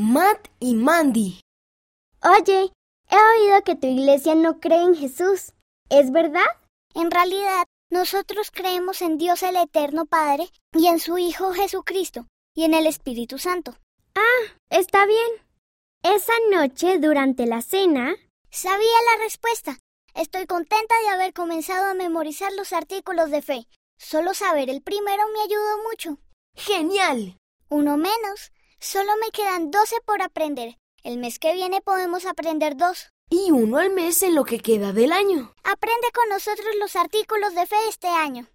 Matt y Mandy. Oye, he oído que tu iglesia no cree en Jesús. ¿Es verdad? En realidad, nosotros creemos en Dios el Eterno Padre y en su Hijo Jesucristo y en el Espíritu Santo. Ah, está bien. Esa noche, durante la cena... Sabía la respuesta. Estoy contenta de haber comenzado a memorizar los artículos de fe. Solo saber el primero me ayudó mucho. ¡Genial! Uno menos. Solo me quedan 12 por aprender. El mes que viene podemos aprender dos. Y uno al mes en lo que queda del año. Aprende con nosotros los artículos de fe este año.